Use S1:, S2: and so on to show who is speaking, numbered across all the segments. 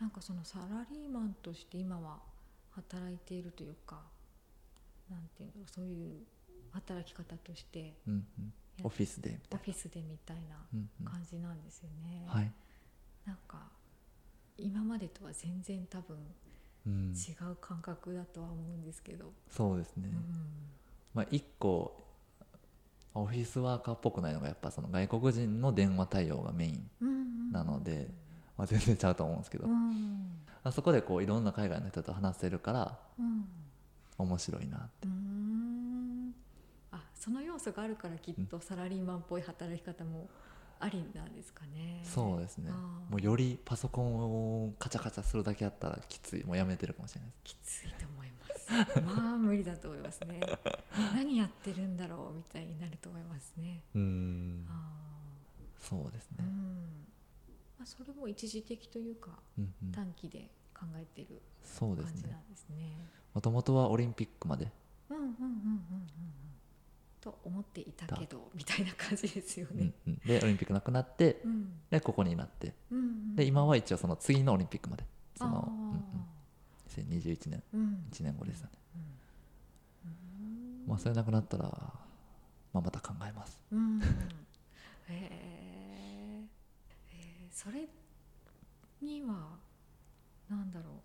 S1: なんかそのサラリーマンとして今は働いているというかなんていうんだろうそういう働き方として
S2: うんうん、オフィスでみた
S1: オ
S2: い
S1: フィスでみたいな
S2: な、うんうん、
S1: 感じなんですよね。
S2: はい、
S1: なんか今までとは全然多分
S2: うん、
S1: 違う感覚だとは思うんですけど、
S2: そうですね、
S1: うん
S2: まあ一個オフィスワーカーっぽくないのがやっぱその外国人の電話対応がメイン、
S1: うんうん
S2: なのでまあ、全然ちゃうと思うんですけど、
S1: うん
S2: あそこでこういろんな海外の人と話せるから
S1: うん
S2: 面白いな
S1: うーんあその要素があるからきっとサラリーマンっぽい働き方もありなんですかね。
S2: そうですね
S1: あー
S2: もうよりパソコンをカチャカチャするだけやったらきついもうやめてるかもしれないで
S1: きついと思います。 まあ無理だと思いますね。何やってるんだろうみたいになると思いますね。
S2: すうん
S1: あ
S2: そうです
S1: ーう
S2: ね
S1: んまあ、それも一時的というか
S2: うんうん
S1: 短期で考えている
S2: そう
S1: 感
S2: です
S1: じな
S2: ね
S1: んですね。
S2: もともとはオリンピックまで
S1: うんうんうんうんうんうんと思っていたけどみたいな感じですよ
S2: う
S1: ね
S2: ん。うんでオリンピックなくなって
S1: うん
S2: でここになって
S1: うんうん、
S2: で今は一応その次のオリンピックまでそ
S1: あ
S2: の
S1: ー、
S2: うんうん、2021年
S1: うん
S2: 1年後ですよね、
S1: うん
S2: まあ、それなくなったら、まあ、また考えます
S1: うんへえへえそれにはなんだろ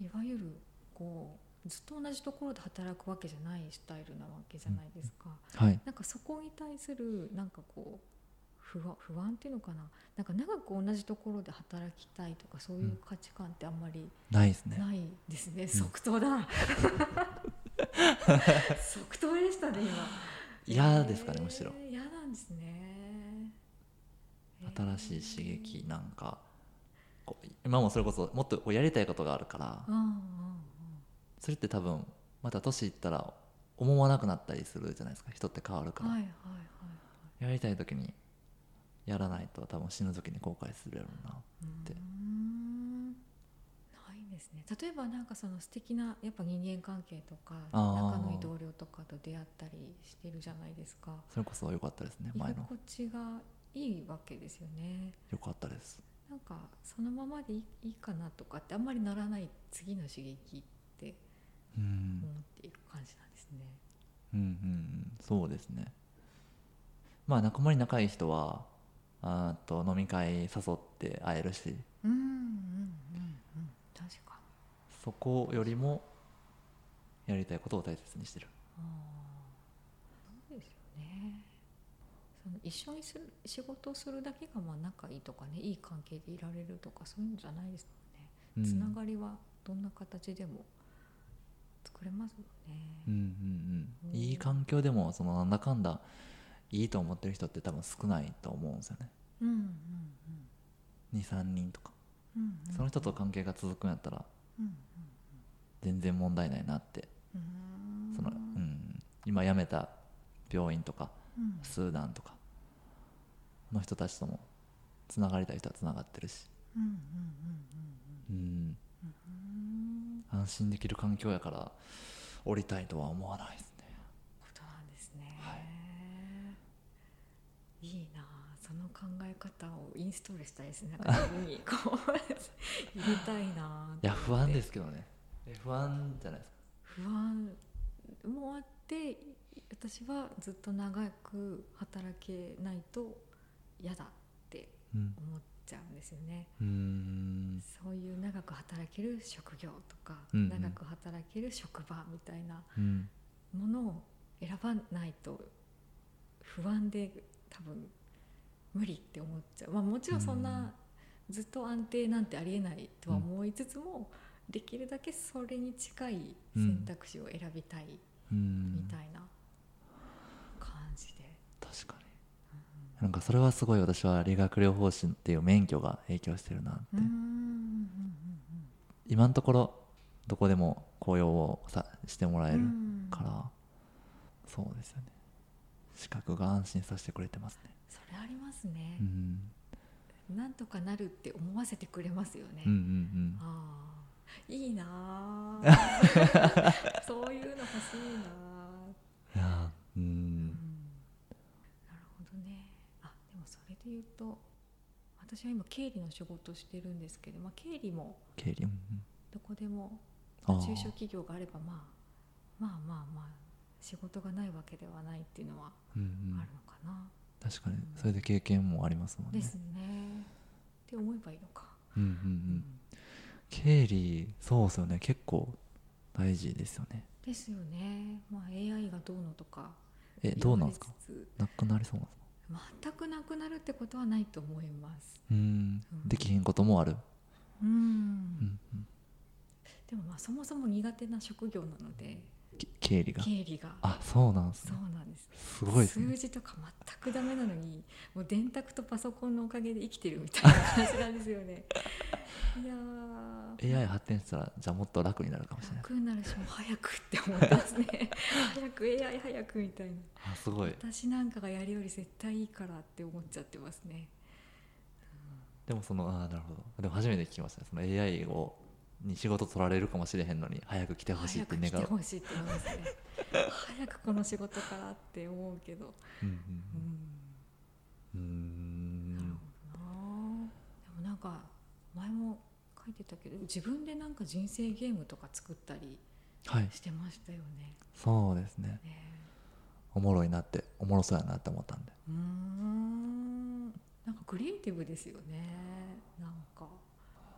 S1: ういわゆるこうずっと同じところで働くわけじゃないスタイルなわけじゃないですか、
S2: はい
S1: なんかそこに対するなんかこう不安不安っていうのかななんか長く同じところで働きたいとかそういう価値観ってあんまり
S2: ないですね
S1: ないですね、即答だ 即答でしたね今
S2: 嫌ですかねむしろ
S1: えー嫌なんですね
S2: 新しい刺激なんかこう今もそれこそもっとこうやりたいことがあるから
S1: うんうん
S2: それって多分また年いったら思わなくなったりするじゃないですか人って変わるか
S1: うん
S2: ら、
S1: はいはいはい
S2: やりたい時にやらないと多分死ぬ時に後悔するやろうな
S1: うーんないですね例えばなんかその素敵なやっぱ人間関係とか
S2: あー
S1: 仲のいい同僚とかと出会ったりしてるじゃないですか
S2: それこそ良かったですね
S1: 居
S2: 前
S1: 心
S2: の
S1: 地がいいわけですよね
S2: 良かったです
S1: なんかそのままでいいいいかなとかってあんまりならない次の刺激って
S2: うん
S1: 思っていく感じなんですね。
S2: うんうんうんそうですねまあ仲間に仲いい人はあーと飲み会誘って会えるし
S1: うんうんうんうん確かに
S2: そこよりもやりたいことを大切にしてる
S1: あーそうですよねその一緒にする仕事をするだけがまあ仲いいとかねいい関係でいられるとかそういうんじゃないです
S2: う
S1: もん
S2: ん
S1: ねつながりはどんな形でも作れますもんね。
S2: うんうんうん、いい環境でもそのなんだかんだいいと思ってる人って多分少ないと思うんですよね
S1: うんうん
S2: 23人とか
S1: うんうんうん
S2: その人と関係が続くんやったら
S1: うんうん
S2: 全然問題ないなって
S1: うーん
S2: その、うん、今辞めた病院とか
S1: うん
S2: スーダンとかの人たちともつながりたい人はつながってるし、
S1: うんうんうん
S2: うん、
S1: うんうん
S2: 安心できる環境やから降りたいとは思わないですね
S1: ことなんですね。、
S2: はい
S1: いなあ、その考え方をインストールしたいですね。なんか自分にこう 入れたいなあ。
S2: いや不安ですけどねえ不安じゃないですか
S1: 不安もあって、私はずっと長く働けないと嫌だって
S2: うん
S1: 思っちゃうんですよね。
S2: うん
S1: そういう長く働ける職業とか、
S2: うんうん
S1: 長く働ける職場みたいな
S2: うん
S1: ものを選ばないと不安で多分無理って思っちゃう、まあ、もちろんそんなずっと安定なんてありえないとは思いつつも、できるだけそれに近い選択肢を選びたい
S2: うん
S1: みたいな感じで。
S2: 確かになんかそれはすごい私は理学療法士っていう免許が影響してるなって、
S1: うんうんうん
S2: 今のところどこでも紅葉をさしてもら
S1: うん
S2: える
S1: うん
S2: から、そうですよね資格が安心させてくれてますね
S1: それありますね
S2: う、ん
S1: なんとかなるって思わせてくれますよね、
S2: うんうん
S1: ああいいなあ そういうの欲しいなあ
S2: うんいやー
S1: う
S2: う
S1: ん
S2: ん
S1: なるほどねあでもそれで言うと私は今経理の仕事をしてるんですけど、まあ、経理も
S2: 経理、うん
S1: どこでも
S2: うん、
S1: 中小
S2: あ
S1: 企業があればまあまあまあまあ仕事がないわけではないっていうのは
S2: ー、うん
S1: ある
S2: う
S1: の
S2: ん、
S1: かな、
S2: 確かにそれで経験もありますもんね
S1: ですねって思えばいいのか、
S2: うんうんう
S1: うん
S2: ん経理そうですよね結構大事ですよね
S1: ですよね、まあ、AI がどうのとか
S2: えどうなんですか
S1: 言われつつ
S2: なくなりそうなんですか
S1: 全くなくなるってことはないと思います
S2: うん
S1: うん
S2: できひんこともある
S1: うん、
S2: うんうん
S1: でもまあそもそも苦手な職業なので
S2: け経理が
S1: 経理が
S2: あそうなんです
S1: そう
S2: ね
S1: なんです
S2: すごいです
S1: 数
S2: ね
S1: 字とか全くダメなのにもう電卓とパソコンのおかげで生きてるみたいな感じなんですよ ねいやー
S2: AI 発展したらじゃあもっと楽になるかもしれない
S1: 楽になるしもう早くって思いますね早く AI 早くみたいな
S2: あすごい
S1: 私なんかがやるより絶対いいからって思っちゃってますね
S2: でもそのあーなるほどでも初めて聞きましたねその AI をに仕事取られるかもしれへんのに早く来てほしいっ
S1: 早
S2: て
S1: く
S2: 願
S1: 来て
S2: う、
S1: ほしいって思いますね早くこの仕事からって思うけど
S2: うん
S1: うん
S2: うん、うー
S1: なる
S2: ん
S1: ほどなでもなんか前も書いてたけど自分でなんか人生ゲームとか作ったり
S2: はい
S1: してましたよね
S2: そうですね
S1: ね
S2: おもろいなっておもろそうやなって思ったんで
S1: うーんなんかクリエイティブですよねなんか、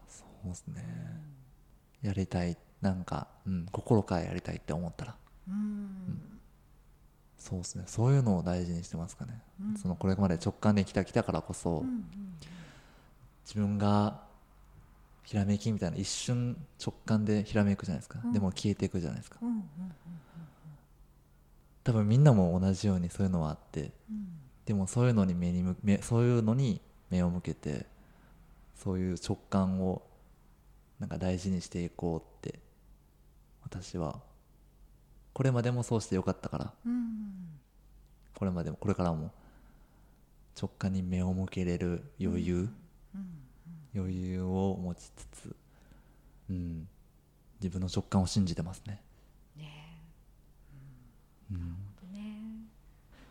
S2: そうですね
S1: うん
S2: やりたいなんか、うん、心からやりたいって思ったら
S1: うん
S2: そうですねそういうのを大事にしてますかね、
S1: うん
S2: そのこれまで直感で来た来たからこそ、
S1: うんうん
S2: 自分がひらめきみたいな一瞬直感でひらめくじゃないですか、
S1: うん
S2: でも消えていくじゃないですか
S1: うんうん
S2: 多分みんなも同じようにそういうのはあって
S1: うん
S2: でもそういうのに目に向目そういうのに目を向けてそういう直感をなんか大事にしていこうって私はこれまでもそうしてよかったから
S1: うんうん
S2: これまでもこれからも直感に目を向けれる余裕、
S1: うん
S2: 余裕を持ちつつ、うん、自分の直感を信じてますね、
S1: ね
S2: うん、
S1: えね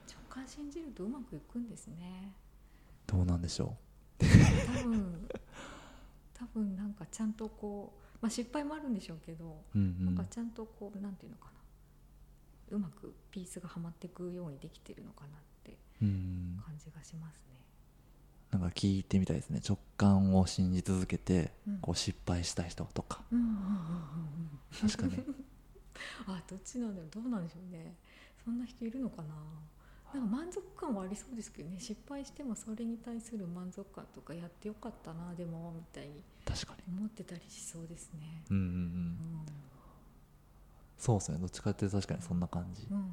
S1: 直感信じるとうまくいくんですね
S2: どうなんでしょ
S1: 多分多分なんかちゃんとこう、まあ、失敗もあるんでしょうけど、
S2: う、う
S1: なん
S2: んう
S1: か
S2: ん、
S1: ちゃんとこうなんていうのかなうまくピースがはまっていくようにできてるのかなって
S2: うん、
S1: 感じがしますね。
S2: なんか聞いてみたいですね直感を信じ続けて、
S1: うん
S2: こう失敗した人とか
S1: うんうんうんうんうん
S2: 確かに
S1: あどっちなんだろうどうなんでしょうねそんな人いるのかななんか満足感はありそうですけどね失敗してもそれに対する満足感とかやってよかったなでもみたいに
S2: 確かに
S1: 思ってたりしそうですね。
S2: うんうんう
S1: うんん
S2: そうですねどっちかっていうと確かにそんな感じ
S1: うんうんうん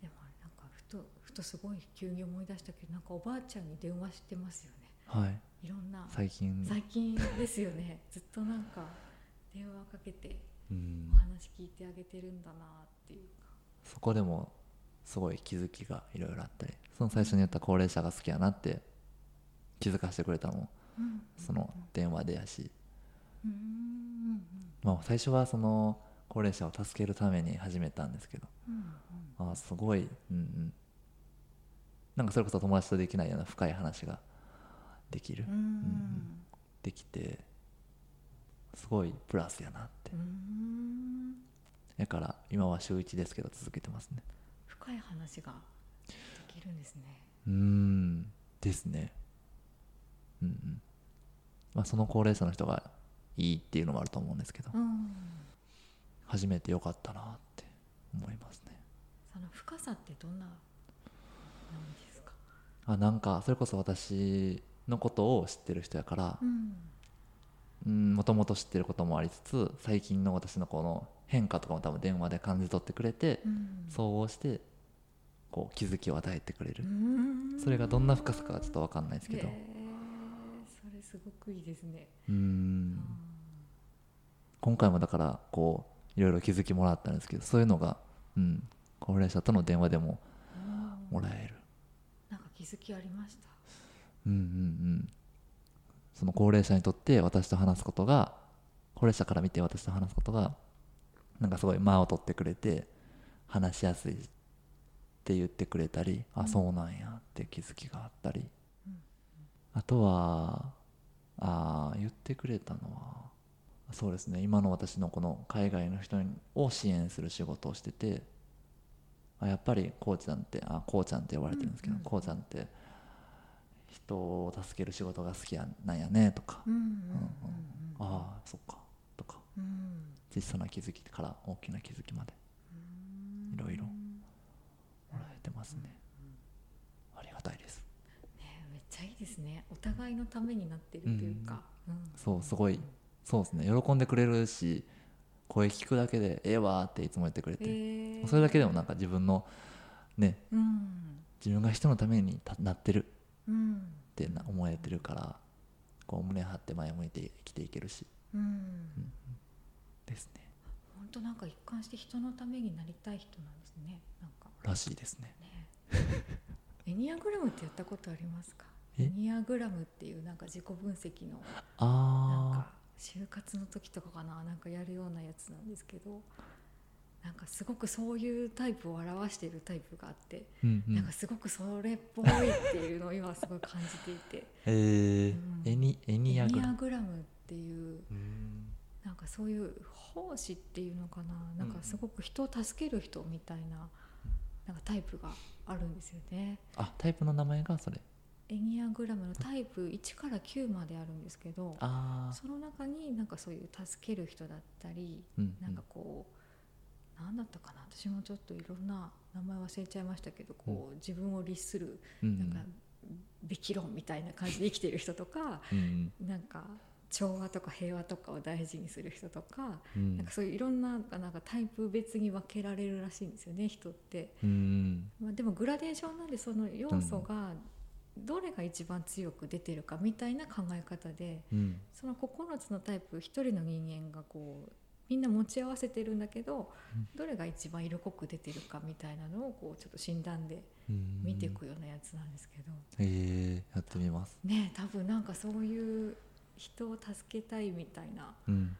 S1: でもなんかふとふとすごい急に思い出したけどなんかおばあちゃんに電話してますよね
S2: はい
S1: いろんな
S2: 最近
S1: 最近ですよねずっとなんか電話かけて
S2: うん
S1: お話聞いてあげてるんだなっていうか
S2: そこでもすごい気づきがいろいろあったりその最初に言った高齢者が好きやなって気づかせてくれたのも
S1: うん
S2: その電話でやし、
S1: うんうん
S2: まあ、最初はその高齢者を助けるために始めたんですけど
S1: うんうん
S2: ああすごいうんうんなんかそれこそ友達とできないような深い話ができる、
S1: うんうん
S2: できてすごいプラスやなって
S1: うん
S2: だから今は週1ですけど続けてますね
S1: 深い話ができるんですね
S2: うーんですねうんうんまあその高齢者の人がいいっていうのもあると思うんですけど
S1: うん
S2: 初めてよかったなって思いますね
S1: その深さってどんななんですか
S2: あなんかそれこそ私のことを知ってる人やから
S1: うん
S2: もともと知ってることもありつつ最近の私のこの変化とかも多分電話で感じ取ってくれて
S1: うん
S2: 総合してこう気づきを与えてくれる
S1: うん
S2: それがどんな深さかはちょっと分かんないですけど
S1: へえそれすごくいいですね、
S2: うー
S1: うん
S2: ん今回もだからこういろいろ気づきもらったんですけどそういうのが、うん、高齢者との電話でももらえる
S1: なんか気づきありました
S2: うんうんうんその高齢者にとって私と話すことが高齢者から見て私と話すことがなんかすごい間を取ってくれて話しやすいって言ってくれたり、
S1: う
S2: あ
S1: ん
S2: そうなんやって気づきがあったり、
S1: うん
S2: あとはあー言ってくれたのはそうですね今の私のこの海外の人を支援する仕事をしててあやっぱりこうちゃんってあこうちゃんって呼ばれてるんですけど、
S1: うんうん
S2: こうちゃんって人を助ける仕事が好きやなんやねとか、
S1: うんうんうんうん
S2: ああそっかとか
S1: うん
S2: 小さな気づきから大きな気づきまでいろいろもらえてますね、ありがたいです
S1: ねめっちゃいいですねお互いのためになってるというか、うん
S2: そうすごいそうですね喜んでくれるし声聞くだけで「ええわ」っていつも言ってくれ
S1: え
S2: て、
S1: ー
S2: それだけでもなんか自分のね
S1: うん
S2: 自分が人のためにたなってる
S1: うん
S2: ってな思えてるからこう胸張って前向いて生きていけるし
S1: うん
S2: ですね
S1: 本当なんか一貫して人のためになりたい人なんですねなんから
S2: しいですね
S1: ねエニアグラムってやったことありますか
S2: え
S1: エニアグラムっていうなんか自己分析のなんか
S2: あ
S1: 就活の時とかかななんかやるようなやつなんですけどなんかすごくそういうタイプを表しているタイプがあって、
S2: ーうんう
S1: なんか
S2: ん
S1: すごくそれっぽいっていうのを今すごい感じていて
S2: えー
S1: うん
S2: エニ
S1: エ
S2: エ
S1: ニ
S2: ニアグラ
S1: ア
S2: ム
S1: グラムっていう
S2: うん
S1: なんかそういう奉仕っていうのかななんかすごく人を助ける人みたいななんかタイプがあるんですよね。
S2: あタイプの名前がそれ
S1: エニアグラムのタイプ1から9まであるんですけど
S2: ああ
S1: その中になんかそういう助ける人だったり
S2: うんう
S1: なんかこう何だったかな私もちょっといろんな名前忘れちゃいましたけどこう自分を律する
S2: うん
S1: なんかべき論みたいな感じで生きてる人とか
S2: うんうん
S1: なんか調和とか平和とかを大事にする人とか
S2: うん
S1: なんかそういういろんななんかタイプ別に分けられるらしいんですよね人って。
S2: うん
S1: まあ、でもグラデーションなんでその要素がどれが一番強く出てるかみたいな考え方で
S2: うん
S1: その9つのタイプ1人の人間がこうみんな持ち合わせてるんだけどどれが一番色濃く出てるかみたいなのをこうちょっと診断で
S2: うん
S1: 見ていくようなやつなんですけど、
S2: えー、やってみます
S1: ねえ多分なんかそういう人を助けたいみたいな
S2: うん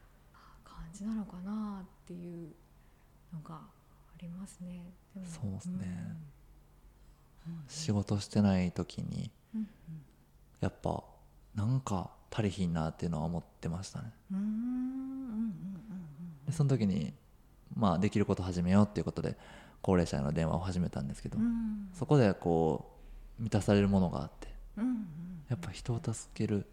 S1: 感じなのかなっていうのがありますね。も
S2: そうですね
S1: うんうん
S2: 仕事してない時に
S1: うん
S2: やっぱなんか足りひんなっていうのは思ってましたね
S1: うんうん
S2: でその時にまあできること始めようっていうことで高齢者への電話を始めたんですけど、
S1: うんうんうんうん
S2: そこでこう満たされるものがあって
S1: うんうん
S2: やっぱ人を助ける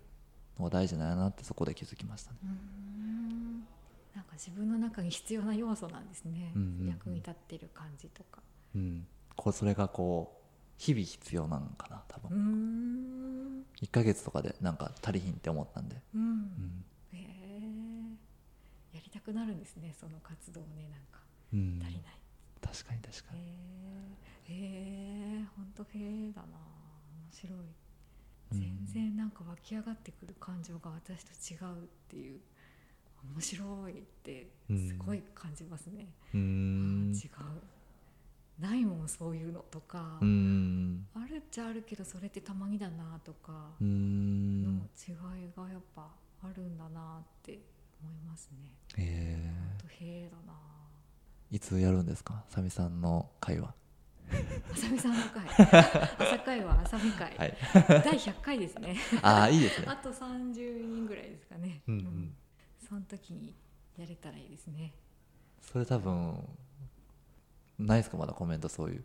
S2: のが大事なんやなってそこで気づきましたね
S1: うんなんか自分の中に必要な要素なんですね、
S2: うんうんうん
S1: 役に立ってる感じとか
S2: うんこうそれがこう日々必要なのかな多
S1: う
S2: 分
S1: ん
S2: 1ヶ月とかでなんか足りひんって思ったんで、
S1: う
S2: うんん
S1: へえやりたくなるんですねその活動ねなんか
S2: うん
S1: 足りない、
S2: 確かに確か
S1: へ
S2: に
S1: えへえほんとへえだな面白い
S2: う
S1: 全
S2: ん
S1: 然なんか湧き上がってくる感情が私と違うっていう面白いってすごい感じますね、
S2: うーん
S1: 違うないもんそういうのとか、
S2: うーん
S1: あるっちゃあるけどそれってたまにだなとか
S2: うー
S1: の
S2: ん
S1: 違いがやっぱあるんだなって思いますね、
S2: え
S1: ほん
S2: ー
S1: とへえだな
S2: はいつやるんですかさみさんの会 話
S1: あさみさんの 会朝会は朝み会、
S2: はい
S1: 第100回ですね
S2: ああいいですね
S1: あと30人ぐらいですかね、
S2: うんうん
S1: その時にやれたらいいですね
S2: それ多分ないですかまだコメントそういう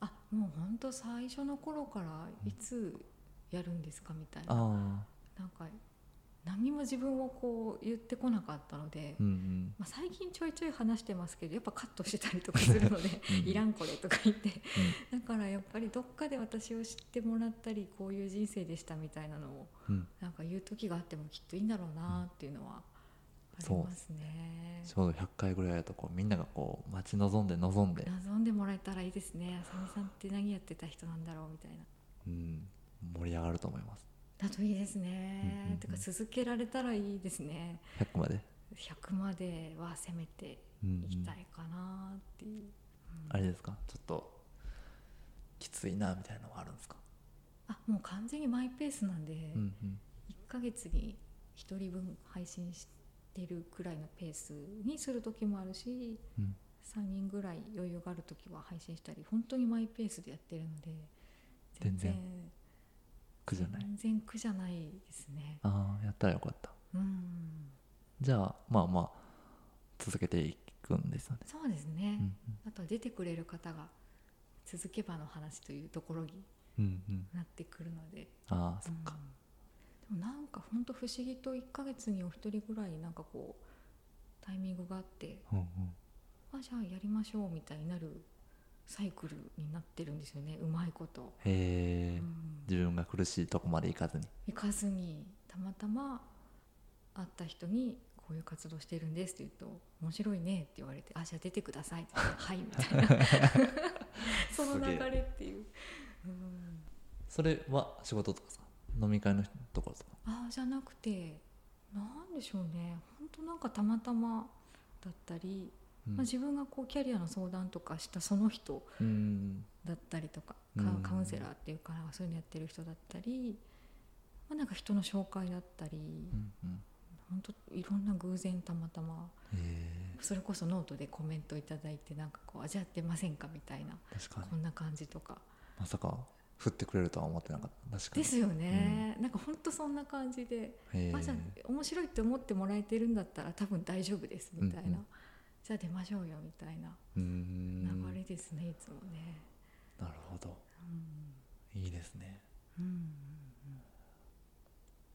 S1: あもうほんと最初の頃からいつやるんですかみたいな
S2: ああ
S1: なんか何も自分をこう言ってこなかったので、
S2: うん
S1: まあ、最近ちょいちょい話してますけどやっぱカットしてたりとかするので
S2: う
S1: 「
S2: ん
S1: いら
S2: ん
S1: んこれ」とか言ってだからやっぱりどっかで私を知ってもらったりこういう人生でしたみたいなのを
S2: うん
S1: なんか言う時があってもきっといいんだろうなっていうのはありますね。
S2: ちょうど100回ぐらいやるとこうみんながこう待ち望んで望んで、
S1: 望んでもらえたらいいですね。あさみさんって何やってた人なんだろうみたいな。
S2: うん、盛り上がると思います
S1: だといいです
S2: うんうんう
S1: ね
S2: ん。
S1: てか続けられたらいいですね。
S2: 100まで、
S1: 100までは攻めて
S2: うんうん
S1: いきたいかなっていう。
S2: あれですかちょっときついなみたいなのはあるんですか、
S1: あもう完全にマイペースなんで、
S2: うんうん
S1: 1ヶ月に1人分配信してるくらいのペースにする時もあるし
S2: うん
S1: 3人ぐらい余裕がある時は配信したり本当にマイペースでやってるので
S2: 全然苦じゃない
S1: 全然苦じゃないですね
S2: ああやったらよかった
S1: うん
S2: じゃあまあまあ続けていくんですよね、
S1: そうですね、
S2: うん
S1: あとは出てくれる方が続けばの話というところに
S2: うん、うんうん
S1: なってくるので
S2: ああそっか、
S1: うんでもなんか本当不思議と1ヶ月にお一人ぐらいなんかこうタイミングがあって
S2: うんうん、
S1: あじゃあやりましょうみたいになるサイクルになってるんですよねうまいこと、
S2: へえ、
S1: うん
S2: 自分が苦しいとこまで行かずに
S1: 行かずにたまたま会った人に「こういう活動してるんです」って言うと「面白いね」って言われて「あじゃあ出てください」って言って「はい」みたいな その流れっていう、うん、
S2: それは仕事とかさ飲み会のところとか
S1: あじゃなくてなんでしょうね本当なんかたまたまだったり、
S2: うん
S1: まあ、自分がこうキャリアの相談とかしたその人
S2: うん
S1: だったりとか
S2: う
S1: カ
S2: ん
S1: カウンセラーっていうかそういうのやってる人だったり、まあ、なんか人の紹介だったり
S2: うんうん
S1: 本当いろんな偶然たまたま
S2: へえ
S1: それこそノートでコメントいただいてなんかこう「あじゃあ出ませんか」みたいな
S2: 確かに
S1: こんな感じとか
S2: まさか振ってくれるとは思ってなかった確かに
S1: ですよね、なんか本当そんな感じで
S2: へえ
S1: あじゃあ面白いって思ってもらえてるんだったら多分大丈夫ですみたいな、
S2: うんうん
S1: じゃあ出ましょうよみたいな
S2: うん
S1: 流
S2: なる
S1: れですね、いつもね。
S2: ほど
S1: うん
S2: いいですね
S1: うんうんうん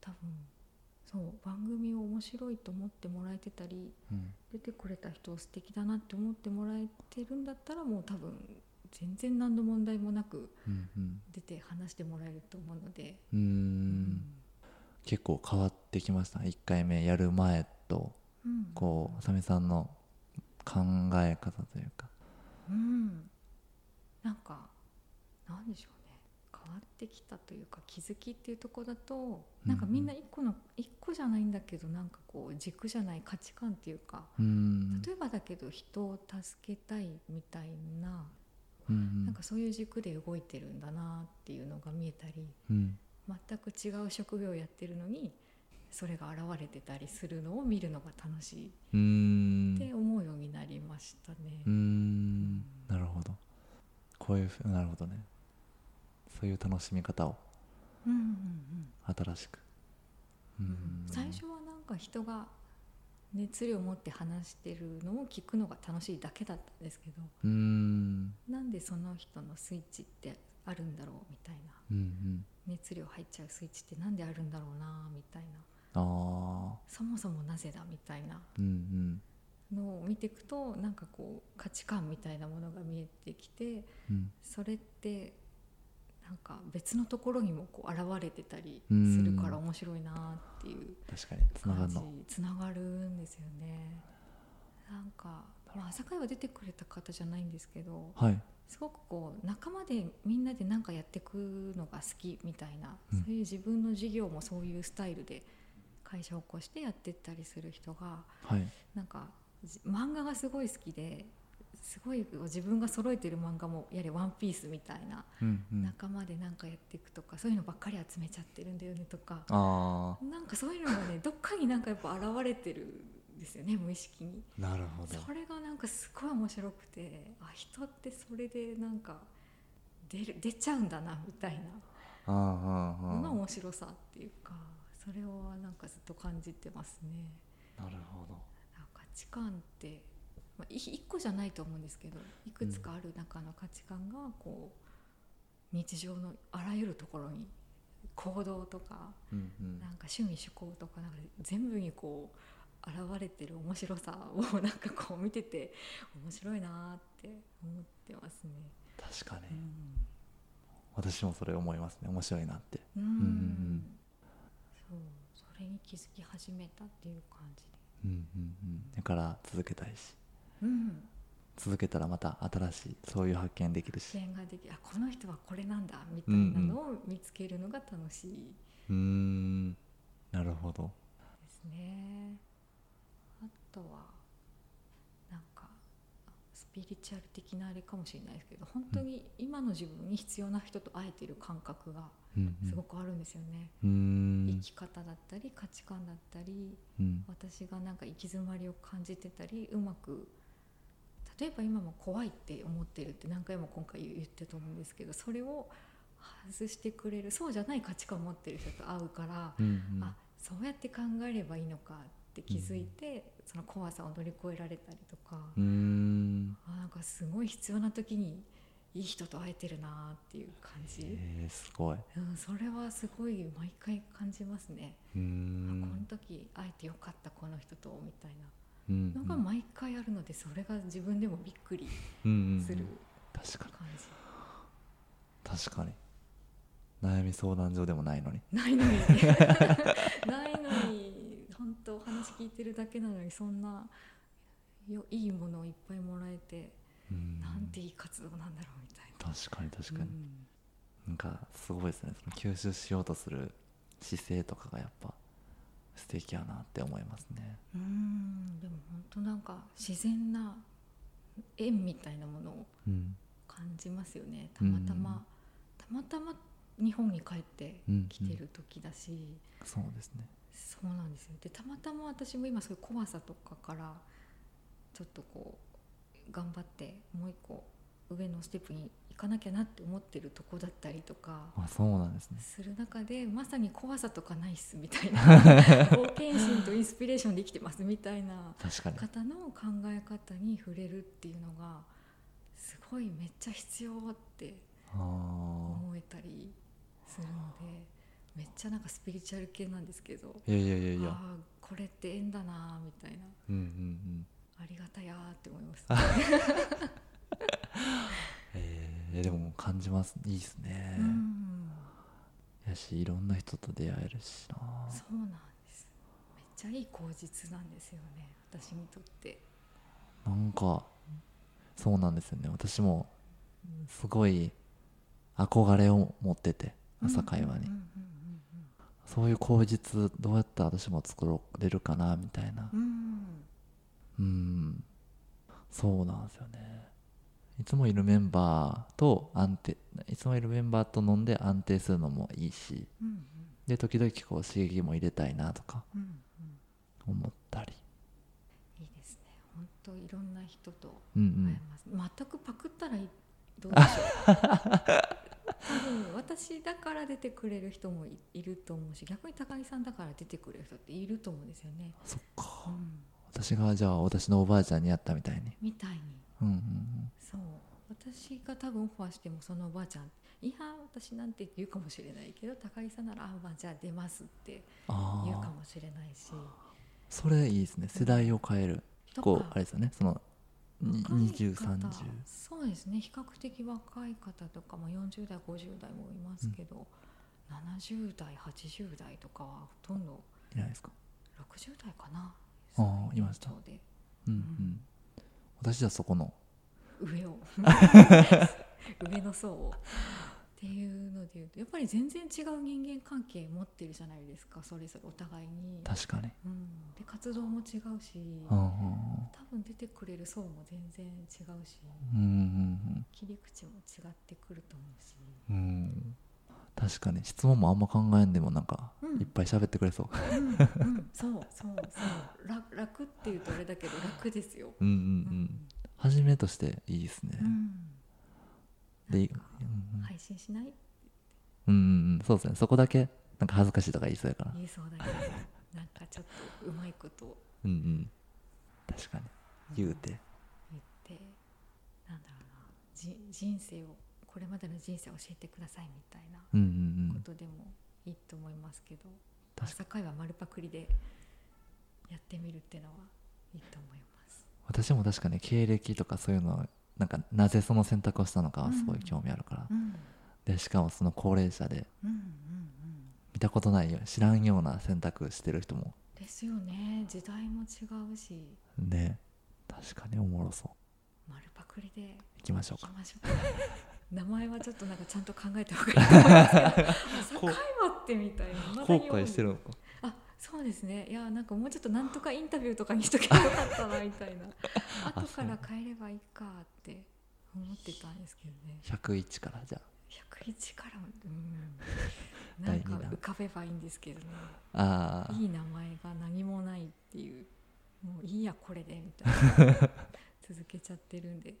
S1: 多分そう番組を面白いと思ってもらえてたり
S2: うん
S1: 出てくれた人を素敵だなって思ってもらえてるんだったらもう多分全然何の問題もなく
S2: うんうん
S1: 出て話してもらえると思うので、
S2: う
S1: うん
S2: 結構変わってきました1回目やる前と
S1: うん
S2: こうあさみさんの考え方というか
S1: うん、なんかなんでしょうね変わってきたというか気づきっていうところだとなんかみんな一個の一個じゃないんだけどなんかこう軸じゃない価値観っていうか
S2: うん
S1: 例えばだけど人を助けたいみたいな,、
S2: うん
S1: なんかそういう軸で動いてるんだなっていうのが見えたり
S2: うん
S1: 全く違う職業をやってるのにそれが現れてたりするのを見るのが楽しい
S2: うん
S1: って思うようになりましたね。
S2: うーんなるほどこういうふうなるほどねそういう楽しみ方を
S1: うんうんうん
S2: 新しくうーん
S1: 最初はなんか人が熱量を持って話してるのを聞くのが楽しいだけだったんですけど
S2: うーん
S1: なんでその人のスイッチってあるんだろうみたいな
S2: うんうん
S1: 熱量入っちゃうスイッチってなんであるんだろうなみたいな
S2: ああ
S1: そもそもなぜだみたいな
S2: うん
S1: のを見ていくとなんかこう価値観みたいなものが見えてきて
S2: うんうん
S1: それってなんか別のところにもこう現れてたりするから
S2: う
S1: 面白いなっていう
S2: 確かにつなが
S1: 感
S2: る
S1: じ
S2: の
S1: つながるんですよね。なんか、まあ、朝会は出てくれた方じゃないんですけど
S2: はい
S1: すごくこう仲間でみんなで何かやってくのが好きみたいな、
S2: うん
S1: そういう自分の事業もそういうスタイルで会社を起こしてやってったりする人が
S2: はい
S1: なんかじ漫画がすごい好きですごい自分が揃えてる漫画もやれ「ワンピースみたいな
S2: うんうん
S1: 仲間で何かやっていくとかそういうのばっかり集めちゃってるんだよねとか
S2: あ
S1: なんかそういうのがねどっかになんかやっぱ現れてるんですよね無意識に。
S2: あなるほど
S1: それがなんかすごい面白くてあ人ってそれでなんか出る出ちゃうんだなみたい
S2: ああ
S1: な
S2: ああ
S1: のが面白さっていうかそれをなんかずっと感じてますね。
S2: なるほど
S1: 価値観って、まあ、い一個じゃないと思うんですけどいくつかある中の価値観がこう日常のあらゆるところに行動とか
S2: うんうん
S1: なんか趣味趣向とかなんか全部にこう現れてる面白さをなんかこう見てて面白いなーって思ってますね。
S2: 確か
S1: う
S2: に
S1: ん
S2: 私もそれ思いますね面白いなって
S1: うん
S2: んうん
S1: そうそれに気づき始めたっていう感じで。
S2: うんうんうんだから続けたいし
S1: うん、
S2: 続けたらまた新しいそういう発見できる
S1: 支
S2: し
S1: 援ができあこの人はこれなんだみたいなのを見つけるのが楽しい。
S2: うーんなるほど
S1: ですねあとはなんかスピリチュアル的なあれかもしれないですけど本当に今の自分に必要な人と会えてる感覚が
S2: うんうん
S1: すごくあるんですよね、
S2: うーん
S1: 生き方だったり価値観だったり
S2: うん
S1: 私がなんか行き詰まりを感じてたりうまく例えば今も怖いって思ってるって何回も今回言ってたと思うんですけどそれを外してくれるそうじゃない価値観を持ってる人と会うから、
S2: うん
S1: あそうやって考えればいいのかって気づいて、その怖さを乗り越えられたりとか、
S2: うんうーん
S1: あなんかすごい必要な時にいい人と会えてるなっていう感じ、
S2: えー、すごいう
S1: うん、それはすごい毎回感じますね、
S2: ー
S1: あこの
S2: ん
S1: 時会えてよかったこの人とみたい
S2: うんうん
S1: なのが毎回あるのでそれが自分でもびっくり
S2: うんうんうん
S1: する
S2: 確か
S1: 感
S2: に
S1: じ、
S2: 確かに悩み相談所でもないのに
S1: ないのにないのに本当お話聞いてるだけなのにそんなよいいものをいっぱいもらえて、
S2: うん
S1: なんていい活動なんだろうみたいな
S2: 確かに確かに、
S1: うん
S2: なんかすごいですねその吸収しようとする姿勢とかがやっぱ素敵やなって思いますね
S1: うんでも本当なんか自然な縁みたいなものを
S2: うん
S1: 感じますよねたまたま、
S2: うん
S1: たまたま日本に帰ってきてる時だし、
S2: そうですね
S1: そうなんですよでたまたま私も今そういう怖さとかからちょっとこう頑張ってもう一個上のステップに行かなきゃなって思ってるとこだったりとか
S2: あそうなんですね
S1: する中でまさに怖さとかないっすみた いな冒険心とインスピレーションで生きてますみたいな
S2: 確かに
S1: 方の考え方に触れるっていうのがすごいめっちゃ必要って
S2: あー
S1: 思えたりするのでめっちゃなんかスピリチュアル系なんですけど
S2: いやいやいやいや
S1: ああこれって縁だなーみたいな
S2: うんうんうん
S1: ありがたやーって思います
S2: えー、でも感じますいいですね、
S1: うん
S2: やしいろんな人と出会えるしな
S1: そうなんですめっちゃいい口実なんですよね私にとって
S2: なんかそうなんですよね私もすごい憧れを持ってて朝会話に、
S1: うん
S2: そういう口実どうやったら私も作れるかなみたいな
S1: うんうんうん
S2: うんそうなんですよねいつもいるメンバーと安定いつもいるメンバーと飲んで安定するのもいいし
S1: うんうん
S2: で時々こう刺激も入れたいなとか
S1: うんうん
S2: 思ったり
S1: いいですね本当いろんな人と
S2: うん
S1: 会えます、全くパクったらいどうでしょう多分私だから出てくれる人もいいると思うし逆に高木さんだから出てくれる人っていると思うんですよね、
S2: そっ
S1: う
S2: か
S1: ん
S2: 私がじゃあ私のおばあちゃんに会ったみたいに
S1: みたいに
S2: うんうん
S1: そう私が多分オファーしてもそのおばあちゃん「いや私なんて」言うかもしれないけど高木さんなら「あまあじゃあ出ます」って
S2: うんあ
S1: 言うか
S2: あ
S1: もしれないし
S2: それいいですね世代を変える
S1: と
S2: こう
S1: か
S2: あれですよねそのに
S1: 若い
S2: 2030
S1: 方そうですね比較的若い方とかも40代50代もいますけど、70代80代とかはほとんど
S2: いないですか
S1: 60代かな
S2: あーいました
S1: そういう
S2: うんう
S1: うん
S2: 私じゃあそこの
S1: 年長で上 を上の層をっていうので言うとやっぱり全然違う人間関係持ってるじゃないですかそれぞれお互いに、
S2: 確かに
S1: うん、で活動も違うし、
S2: うんうん
S1: 多分出てくれる層も全然違うし
S2: うんうん
S1: 切り口も違ってくると思うし。
S2: うんうん確かに質問もあんま考えんでもなんか
S1: うん
S2: いっぱい喋ってくれそう
S1: うん うんそうそうそう楽楽っていうとあれだけど楽ですよ。
S2: うんうん
S1: う
S2: うんはじめとしていいですねで
S1: なんか
S2: うんうん
S1: 配信しない
S2: うんうんうんそうですねそこだけなんか恥ずかしいとか言いそうやから
S1: 言えそうだけどなんかちょっとうまいこと
S2: うんうん確かに言うて
S1: 言ってなんだろうなじ人生をこれまでの人生を教えてくださいみたいな
S2: うんう
S1: こ
S2: ん
S1: とでもいいと思いますけど
S2: 確かに
S1: 朝会は丸パクリでやってみるってのはいいと思います。
S2: 私も確かに経歴とかそういうのなんかなぜその選択をしたのかはすごい興味あるから、
S1: うん
S2: でしかもその高齢者で
S1: うんうんうん
S2: 見たことないよ知らんような選択してる人も
S1: ですよね時代も違うし
S2: ね確かにおもろそ
S1: 丸パクリで
S2: ういきましょ
S1: 行
S2: うか
S1: きましょうか名前はちょっとなんかちゃんと考えた方がいいと思いますけど
S2: こう
S1: あ境間ってみたいな
S2: 後悔してるのか
S1: あそうですねいやなんかもうちょっとなんとかインタビューとかにしとけばよかったなみたいな
S2: あ
S1: 後から変えればいいかって思ってたんですけどね
S2: 101からじゃ
S1: 101からうんなん
S2: 第二
S1: か
S2: 弾
S1: 浮かべばいいんですけどね
S2: ああー
S1: いい名前が何もないっ ていうもういいやこれでみたいな続けちゃってるんで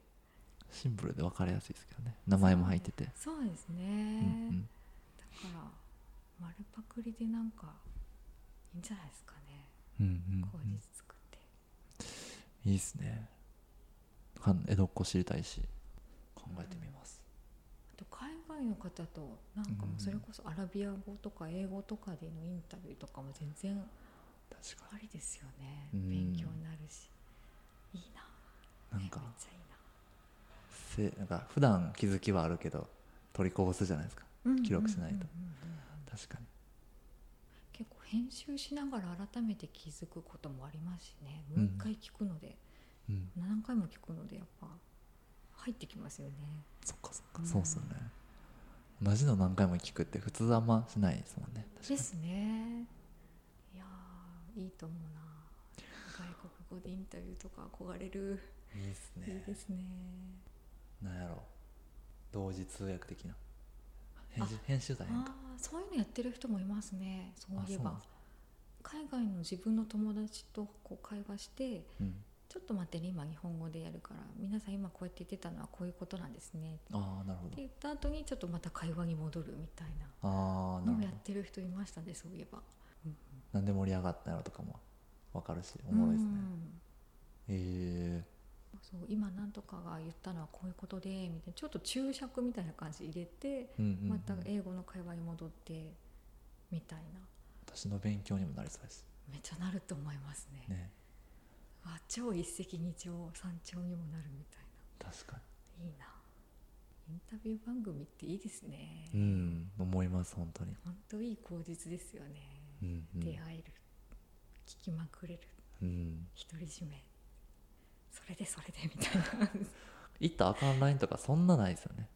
S2: シンプルで分かりやすいですけどね名前も入ってて、
S1: そうですね、
S2: うんうん、
S1: だから丸パクリでなんかいいんじゃないですかね
S2: うん
S1: 口
S2: うんうん
S1: 実作って、
S2: いいっすねかん江戸っ子知りたいし考えてみます、
S1: あと海外の方となんかもうそれこそアラビア語とか英語とかでのインタビューとかも全然
S2: 確
S1: ありですよね、
S2: うん
S1: 勉強になるしいいな
S2: になんか
S1: めっちゃいいな
S2: せなんか普段気づきはあるけど取りこぼすじゃないですか記録しないと
S1: うんうんうんうん
S2: 確かに
S1: 結構編集しながら改めて気づくこともありますしねもう一回聞くので、
S2: うん
S1: 何回も聞くのでやっぱ入ってきますよね
S2: そっかそっか、
S1: うん
S2: そうっすよね同じの何回も聞くって普通あんましないですもんね確か
S1: で
S2: に
S1: すねいやーいいと思うな外国語でインタビューとか憧れる、
S2: いいっす
S1: いいですね
S2: なんやろ同時通訳的な編集
S1: あ
S2: 編集大変
S1: あ
S2: か
S1: ーそういうのやってる人もいますねそういえば
S2: あ
S1: 海外の自分の友達とこう会話して
S2: うん
S1: ちょっと待ってね今日本語でやるから皆さん今こうやって言ってたのはこういうことなんですね
S2: ああなるほ
S1: って
S2: ど
S1: 言った後にちょっとまた会話に戻るみたい
S2: ああ
S1: なの
S2: なる
S1: を
S2: ほ
S1: や
S2: ど
S1: ってる人いましたねそういえば
S2: なんで盛り上がったのとかも分かるしおもろいですね
S1: うん
S2: え
S1: そう今なんとかが言ったのはこういうことでみたいなちょっと注釈みたいな感じ入れて
S2: えうんうんう
S1: ま
S2: ん
S1: た英語の会話に戻ってみたいな
S2: 私の勉強にもなりそうです
S1: めっちゃなると思いますね
S2: ね
S1: あ超一石二鳥三鳥にもなるみたい
S2: 確か
S1: ないいなインタビュー番組っていいですね、
S2: にうん思います本当に
S1: ほんといい口実ですよね、
S2: うんうん
S1: 出会える聞きまくれる
S2: うん
S1: 独り占めそれでそれでみたいな
S2: 行ったらあかんラインとかそんなないですよね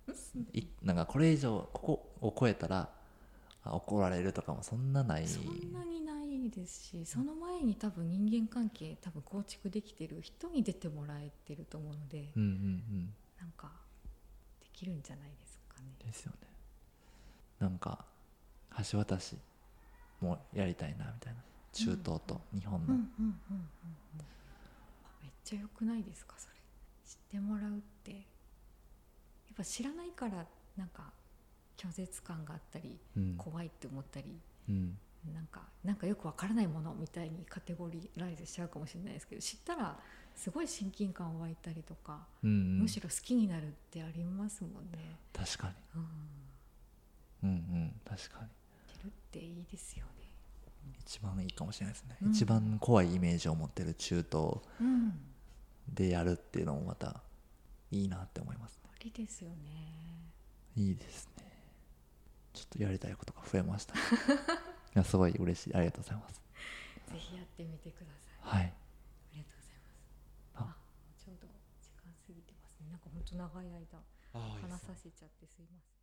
S2: いなんかこれ以上ここを超えたらあ怒られるとかもそんなない
S1: そんなにないですしその前に多分人間関係多分構築できてる人に出てもらえてると思うので
S2: うんうんうん
S1: なんかできるんじゃないですかね
S2: ですよねなんか橋渡しもやりたいなみたいな中東と日本
S1: うん
S2: の、
S1: うんうんうんうんめっちゃ良くないですかそれ知ってもらうってやっぱ知らないからなんか拒絶感があったり
S2: うん
S1: 怖いって思ったり
S2: うん
S1: なんかなんかよくわからないものみたいにカテゴリライズしちゃうかもしれないですけど知ったらすごい親近感湧いたりとか、
S2: うんうん
S1: むしろ好きになるってありますもんね。
S2: 確かに
S1: うん、
S2: うんうん確かに
S1: 知るっていいですよね。
S2: 一番いいかもしれないですね、
S1: うん
S2: 一番怖いイメージを持ってる中東
S1: うん、
S2: でやるっていうのもまたいいなって思いますね
S1: ありですよね。
S2: いいですねちょっとやりたいことが増えましたね、いやすごい嬉しいありがとうございます
S1: ぜひやってみてください。あ
S2: はい
S1: りがとうございます。
S2: あ
S1: あ、ちょうど時間過ぎてますね。なんか本当長い間
S2: あ
S1: 話させちゃってすいません。